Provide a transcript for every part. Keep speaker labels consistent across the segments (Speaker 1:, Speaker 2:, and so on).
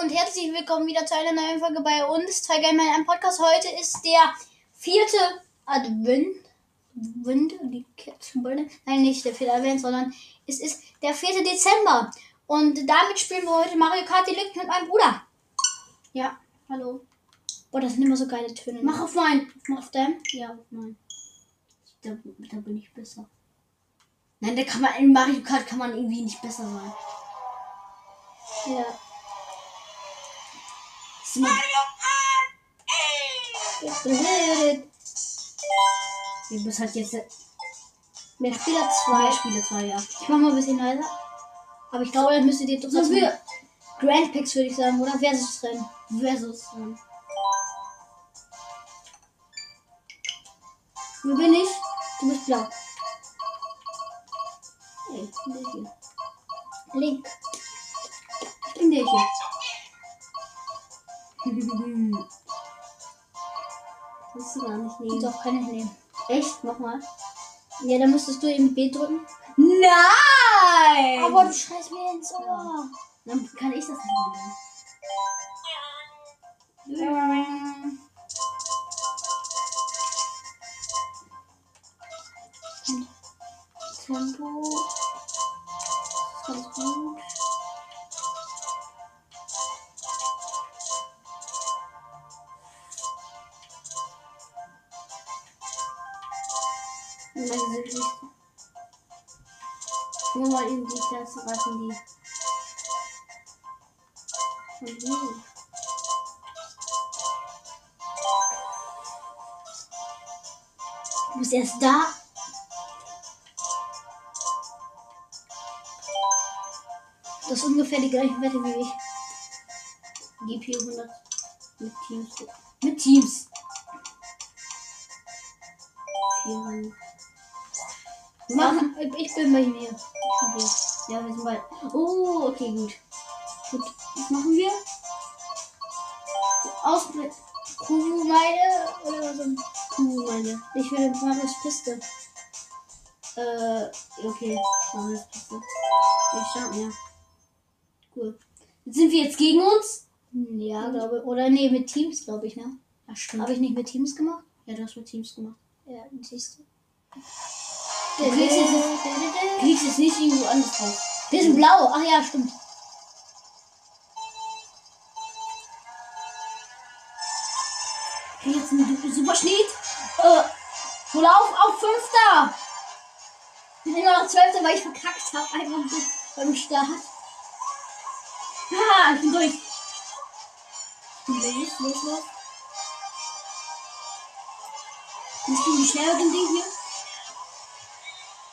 Speaker 1: und herzlich willkommen wieder zu einer neuen Folge bei uns. Tiger in meinem Podcast. Heute ist der vierte Advent. Advent? Die Kerzenbrille? Nein, nicht der vierte Advent, sondern es ist der vierte Dezember. Und damit spielen wir heute Mario Kart Deluxe mit meinem Bruder. Ja, hallo. Boah, das sind immer so geile Töne. Mach auf meinen. Mach auf deinen.
Speaker 2: Ja, nein. Da, da bin ich besser. Nein, da kann man in Mario Kart kann man irgendwie nicht besser sein.
Speaker 1: Ja.
Speaker 2: Das ist immer, du bist halt jetzt
Speaker 1: Mehr Spieler
Speaker 2: zwei
Speaker 1: 2.
Speaker 2: Spiele zwei ja.
Speaker 1: Ich mach mal ein bisschen leiser. Aber ich glaube, dann müsstet ihr doch
Speaker 2: Sollen wir-
Speaker 1: Grand Picks würde ich sagen, oder? Versus Rennen.
Speaker 2: Versus. ähm,
Speaker 1: Wo bin ich? Du bist blau.
Speaker 2: Hey, ich bin der hier.
Speaker 1: Link.
Speaker 2: Ich bin der hier. Willst du gar nicht nehmen.
Speaker 1: Doch, kann ich nehmen.
Speaker 2: Echt? Nochmal?
Speaker 1: Ja, dann müsstest du eben B drücken.
Speaker 2: Nein!
Speaker 1: Aber du schreist mir ins Ohr.
Speaker 2: Dann kann ich das nicht mehr
Speaker 1: Und
Speaker 2: nehmen.
Speaker 1: Tempo. Ist ganz gut.
Speaker 2: Meine südlichste. Nur mal in die
Speaker 1: "Ah,
Speaker 2: Klasse raten,
Speaker 1: um
Speaker 2: die. Von wegen.
Speaker 1: Du bist erst da. Das ist ungefähr die gleiche Wette wie ich.
Speaker 2: GP 100 mit Teams. Mit Teams! 400.
Speaker 1: Machen, ich bin bei mir.
Speaker 2: Okay. Ja, wir sind bald. Oh, okay, gut. Gut. Was machen wir? Auf mit
Speaker 1: Kuhu meine oder so.
Speaker 2: Kuh, meine.
Speaker 1: Ich will den Marius Piste.
Speaker 2: Äh, okay. Machen wir das Beste. Wir starten, ja. Cool. Sind wir jetzt gegen uns?
Speaker 1: Hm, Ja, glaube Oder nee, mit Teams, glaube ich, ne?
Speaker 2: Ja, stimmt.
Speaker 1: Habe ich nicht mit Teams gemacht?
Speaker 2: Ja, du hast mit Teams gemacht.
Speaker 1: Ja, siehst du.
Speaker 2: Du kriegst Du kriegst jetzt nicht irgendwo anders drauf.
Speaker 1: Wir sind blau. Ach ja, stimmt.
Speaker 2: Ich krieg jetzt einen du- super Schnitt.
Speaker 1: Äh, hol auf, auf Fünfter! Ich bin immer noch Zwölfter, weil ich verkackt habe, einfach so beim Start.
Speaker 2: Haha, Ah, ich bin durch. Los, los, los. Bist du die schnelleren Ding hier?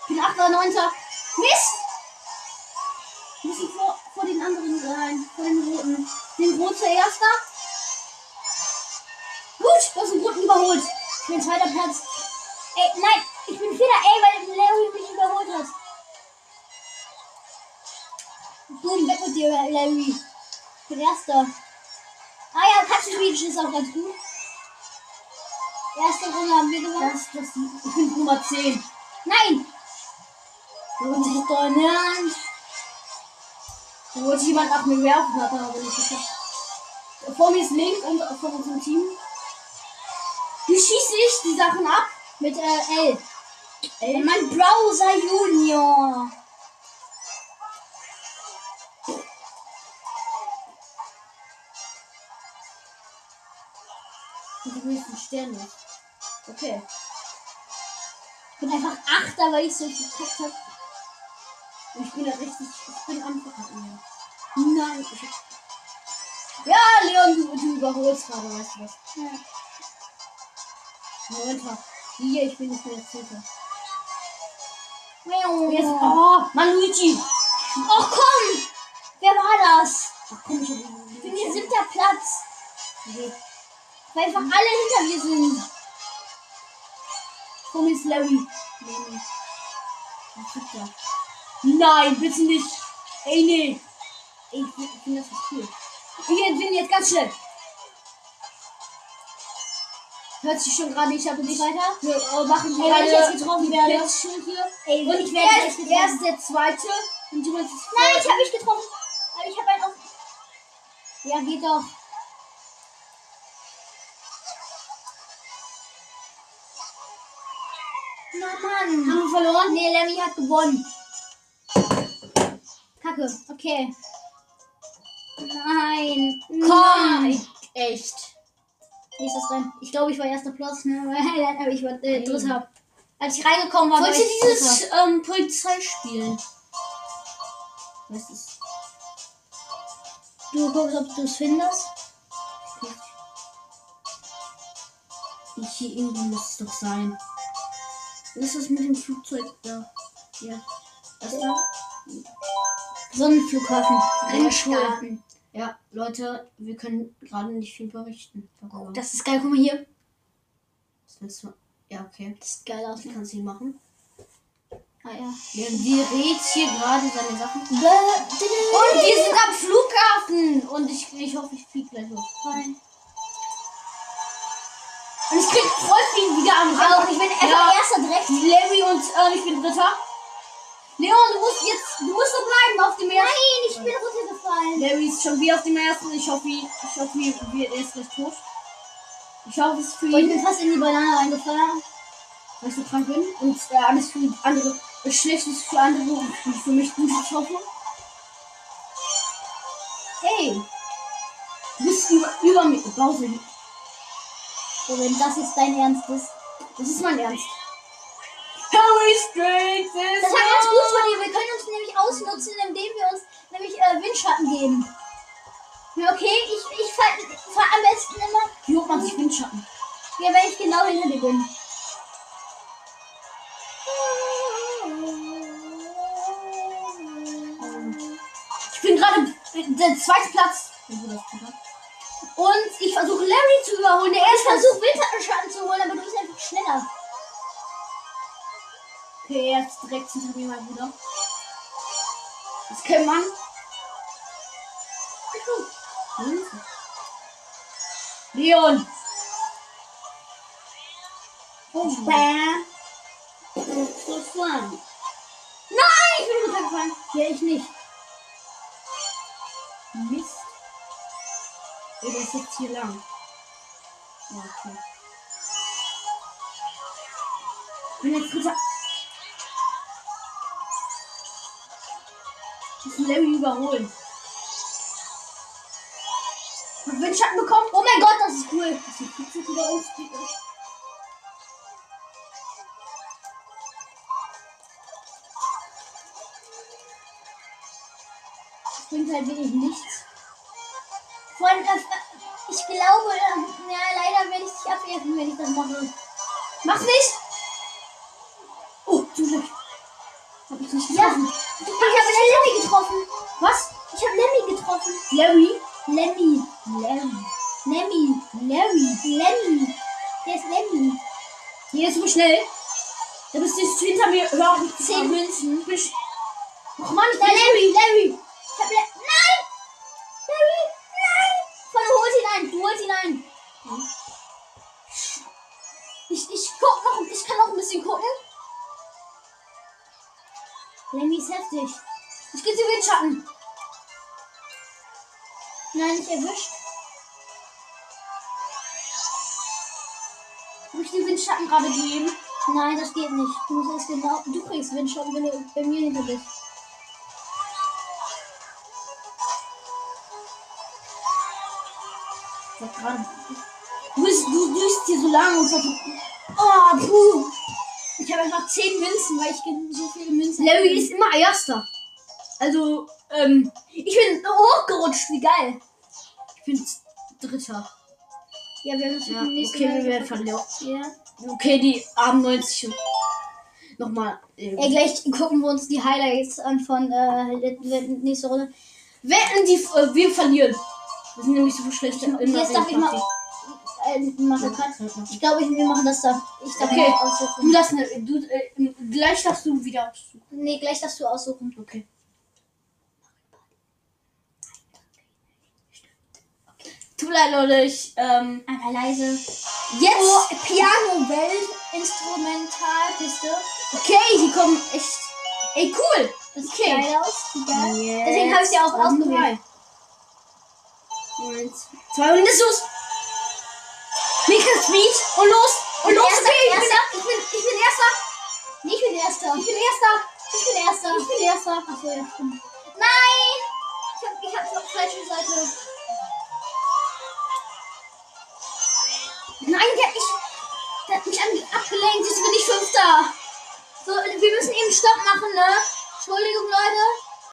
Speaker 1: Ich bin Achter, Neunter. Mist!
Speaker 2: Wir müssen vor, vor den anderen sein. Vor den roten.
Speaker 1: Den Rot zur Erster.
Speaker 2: Gut, du hast den roten überholt.
Speaker 1: Ich bin zweiter Platz. Ey, nein, ich bin Vierter, ey, weil Larry mich überholt hat. Boom, weg mit dir, Larry. Ich bin Erster. Ah ja, Katzenspielchen ist auch ganz gut. Erste Runde haben wir gewonnen.
Speaker 2: Das, das, ich bin Nummer 10.
Speaker 1: Nein! Lohnt sich doch nicht.
Speaker 2: Da wollte jemand nach mir werfen, hat er aber nicht geschafft. Vor mir ist Link und von unserem Team. Die schieße ich die Sachen ab.
Speaker 1: Mit äh, L.
Speaker 2: Ey,
Speaker 1: Mein Browser Junior.
Speaker 2: die höchsten Sterne. Okay.
Speaker 1: Ich bin einfach Achter, weil ich so gekackt habe.
Speaker 2: Und ich bin da richtig. Ich bin am Verkacken. Nein, ich
Speaker 1: Ja, Leon, du,
Speaker 2: Du überholst gerade, weißt du was?
Speaker 1: Ja.
Speaker 2: Moment mal. Hier, ich bin nicht mehr Zehnter. Jetzt,
Speaker 1: Miau.
Speaker 2: oh, Manuichi!
Speaker 1: Oh komm! Wer war das?
Speaker 2: Ach komm, ich hab
Speaker 1: Ich bin hier siebter Platz.
Speaker 2: Okay.
Speaker 1: Weil einfach alle hinter mir sind.
Speaker 2: Komm jetzt, Larry. Nee, nee. Was ist da? Nein, bitte nicht. Ey, nee. Ey, ich find- ich finde das nicht cool. Ich bin jetzt ganz schnell. Hört sich schon gerade, ich habe nicht weiter. Wir äh, machen
Speaker 1: Ey, wenn ich jetzt getroffen werde.
Speaker 2: Jetzt schon hier.
Speaker 1: Ey,
Speaker 2: Und ich
Speaker 1: wer
Speaker 2: werde
Speaker 1: ist-
Speaker 2: jetzt
Speaker 1: wer
Speaker 2: erst der zweite. Und jemand ist
Speaker 1: Nein, ich habe mich getroffen. Aber ich habe einen auf.
Speaker 2: Ja, geht doch.
Speaker 1: Na Mann.
Speaker 2: Haben wir verloren?
Speaker 1: Nee, Lemmy hat gewonnen.
Speaker 2: Kacke.
Speaker 1: Okay. Nein.
Speaker 2: Komm.
Speaker 1: Nein.
Speaker 2: Echt.
Speaker 1: Wie ist das denn? Ich glaube, ich war erster Platz, ne? Aber ich war äh,
Speaker 2: Nein.
Speaker 1: dritter. Als ich reingekommen war,
Speaker 2: Wollt
Speaker 1: war
Speaker 2: ihr
Speaker 1: ich
Speaker 2: dieses ähm, Polizeispiel? Was ist
Speaker 1: dritter. Du guckst, ob du es findest.
Speaker 2: ich hier irgendwo muss es doch sein. Was ist das mit dem Flugzeug da? Ja. Was da?
Speaker 1: Sonnenflughafen.
Speaker 2: Rennstaaten. Ja, Leute, wir können gerade nicht viel berichten. Darüber.
Speaker 1: Das ist geil. Guck mal hier.
Speaker 2: Das willst du- Ja, okay.
Speaker 1: Das sieht geil aus.
Speaker 2: Ich
Speaker 1: Ne?
Speaker 2: kann es nicht machen.
Speaker 1: Ah ja.
Speaker 2: Wir wir rät hier gerade seine Sachen.
Speaker 1: Und die
Speaker 2: Wir sind am Flughafen und ich, ich hoffe, ich fliege gleich los.
Speaker 1: Nein.
Speaker 2: Und ich krieg Kreuzfliegen wieder am
Speaker 1: Auch, ich bin einfach
Speaker 2: Ja.
Speaker 1: erster direkt.
Speaker 2: Larry und äh, ich bin Dritter. Leon, du musst jetzt, du musst noch bleiben auf dem ersten.
Speaker 1: Nein, ich bin runtergefallen.
Speaker 2: Larry ist schon wieder auf dem ersten. Ich hoffe, ich hoffe, wir- er ist nicht tot. Ich hoffe, es ist für
Speaker 1: Und ich
Speaker 2: ihn,
Speaker 1: bin fast in die Banane reingefallen.
Speaker 2: weil ich so krank bin. Und äh, alles für andere, das Schlechte ist für andere und für mich gut. Ich hoffe. Hey, du bist über, über mir. Bowser,
Speaker 1: So, wenn das jetzt dein Ernst ist.
Speaker 2: das ist mein Ernst. Harry Strength is
Speaker 1: Das war ganz gut von dir. Wir können uns nämlich ausnutzen, indem wir uns nämlich äh, Windschatten geben. Ja, Okay, ich, ich fahre fahr am besten immer,
Speaker 2: Jo, man, ich bin Schatten.
Speaker 1: ja, wenn ich genau hinter dir bin.
Speaker 2: Ich bin gerade der zweite Platz. Und ich versuche Larry zu überholen. Der
Speaker 1: Ich
Speaker 2: erste Versuch.
Speaker 1: versuche Windschatten zu holen, aber du bist einfach schneller.
Speaker 2: Okay, er ist direkt hinter mir, mein Bruder. Das kann man. Hm? Leon. Nein,
Speaker 1: Oh, Bäh.
Speaker 2: ich bin runtergefallen.
Speaker 1: Ja, ich nicht.
Speaker 2: Mist. Ey, der ist jetzt hier lang. Ja, okay. Bin jetzt dritter. Ich muss Larry überholen. Hab Windschatten bekommen. Oh mein Gott, das ist cool. Das ist jetzt wieder uns.
Speaker 1: Das bringt halt wirklich nichts. Von, äh, ich glaube, äh, ja, leider werde ich dich abwerfen, wenn ich das mache.
Speaker 2: Mach nicht! Oh, zum Glück. Hab ich nicht
Speaker 1: Ja,
Speaker 2: getroffen.
Speaker 1: ich habe Lemmy getroffen.
Speaker 2: Was?
Speaker 1: Ich habe Lemmy getroffen.
Speaker 2: Larry?
Speaker 1: Lemmy,
Speaker 2: Larry.
Speaker 1: Lemmy,
Speaker 2: Larry.
Speaker 1: Lemmy. Der ist Lemmy.
Speaker 2: Hier ist so schnell. Da bist du jetzt hinter mir. Hör auf,
Speaker 1: Zehn
Speaker 2: Münzen.
Speaker 1: Münzen.
Speaker 2: Bisch. Och Mann, ich
Speaker 1: Da
Speaker 2: bin
Speaker 1: Larry, Larry. Ich hab Le nein! Larry, nein! Komm, du holst ihn ein, du holst ihn ein. Ich, ich guck noch, ich kann noch ein bisschen gucken. Lemmy ist heftig.
Speaker 2: Ich geh zu Windschatten.
Speaker 1: Nein, nicht erwischt.
Speaker 2: Hab ich den Windschatten gerade gegeben?
Speaker 1: Nein, das geht nicht. Du musst erst genau. Du kriegst Windschatten, wenn du bei mir hinter bist.
Speaker 2: Ich hab gerade. Du bist, du düst hier so lange und versuchst.
Speaker 1: Oh, puh. Ich habe einfach 10 Münzen, weil ich gen- so viele Münzen
Speaker 2: Larry ist immer Erster. Also, ähm,
Speaker 1: Ich bin hochgerutscht, wie geil.
Speaker 2: ich bin Dritter.
Speaker 1: Ja, wir müssen
Speaker 2: Ja,
Speaker 1: ja, nächsten
Speaker 2: okay,
Speaker 1: Mal-
Speaker 2: wir werden verlieren.
Speaker 1: Ja.
Speaker 2: Okay, die haben 90. und- Nochmal. ähm,
Speaker 1: Ey, gleich gucken wir uns die Highlights an von äh, le- le- nächste Runde.
Speaker 2: Wetten, die, äh, wir verlieren. Wir sind nämlich so schlecht in
Speaker 1: Jetzt darf ich mal- Äh, mache Cut. Ich glaube, ich- wir machen das da. Ich darf
Speaker 2: Okay.
Speaker 1: mal
Speaker 2: Du
Speaker 1: aussuchen.
Speaker 2: darfst, ne, du, äh, gleich darfst du wieder.
Speaker 1: Nee, gleich darfst du aussuchen.
Speaker 2: Okay. Tut mir leid, Leute, ich, ähm,
Speaker 1: Einmal leise.
Speaker 2: jetzt,
Speaker 1: Oh, Piano, Welt, Instrumentalpiste.
Speaker 2: okay, die kommen echt, ey, cool.
Speaker 1: Das sieht
Speaker 2: Okay.
Speaker 1: geil aus. Sieht geil.
Speaker 2: Yes.
Speaker 1: Deswegen habe ich sie auch
Speaker 2: Nummer
Speaker 1: ausgewählt.
Speaker 2: drei.
Speaker 1: Eins.
Speaker 2: Zwei und es los. Nächster Speed und los. Und
Speaker 1: Ich bin
Speaker 2: los,
Speaker 1: Erster,
Speaker 2: okay. Ich bin,
Speaker 1: Erster.
Speaker 2: ich bin, ich bin erster.
Speaker 1: Nee, ich bin Erster.
Speaker 2: Ich bin erster.
Speaker 1: Ich bin Erster.
Speaker 2: Ich bin erster.
Speaker 1: Achso, ja, stimmt. Nein! Ich hab, ich hab's auf falsche Seite.
Speaker 2: Nein, der hat mich, der hat mich an- abgelenkt. Jetzt bin ich fünfter.
Speaker 1: So, wir müssen eben Stopp machen, ne? Entschuldigung, Leute.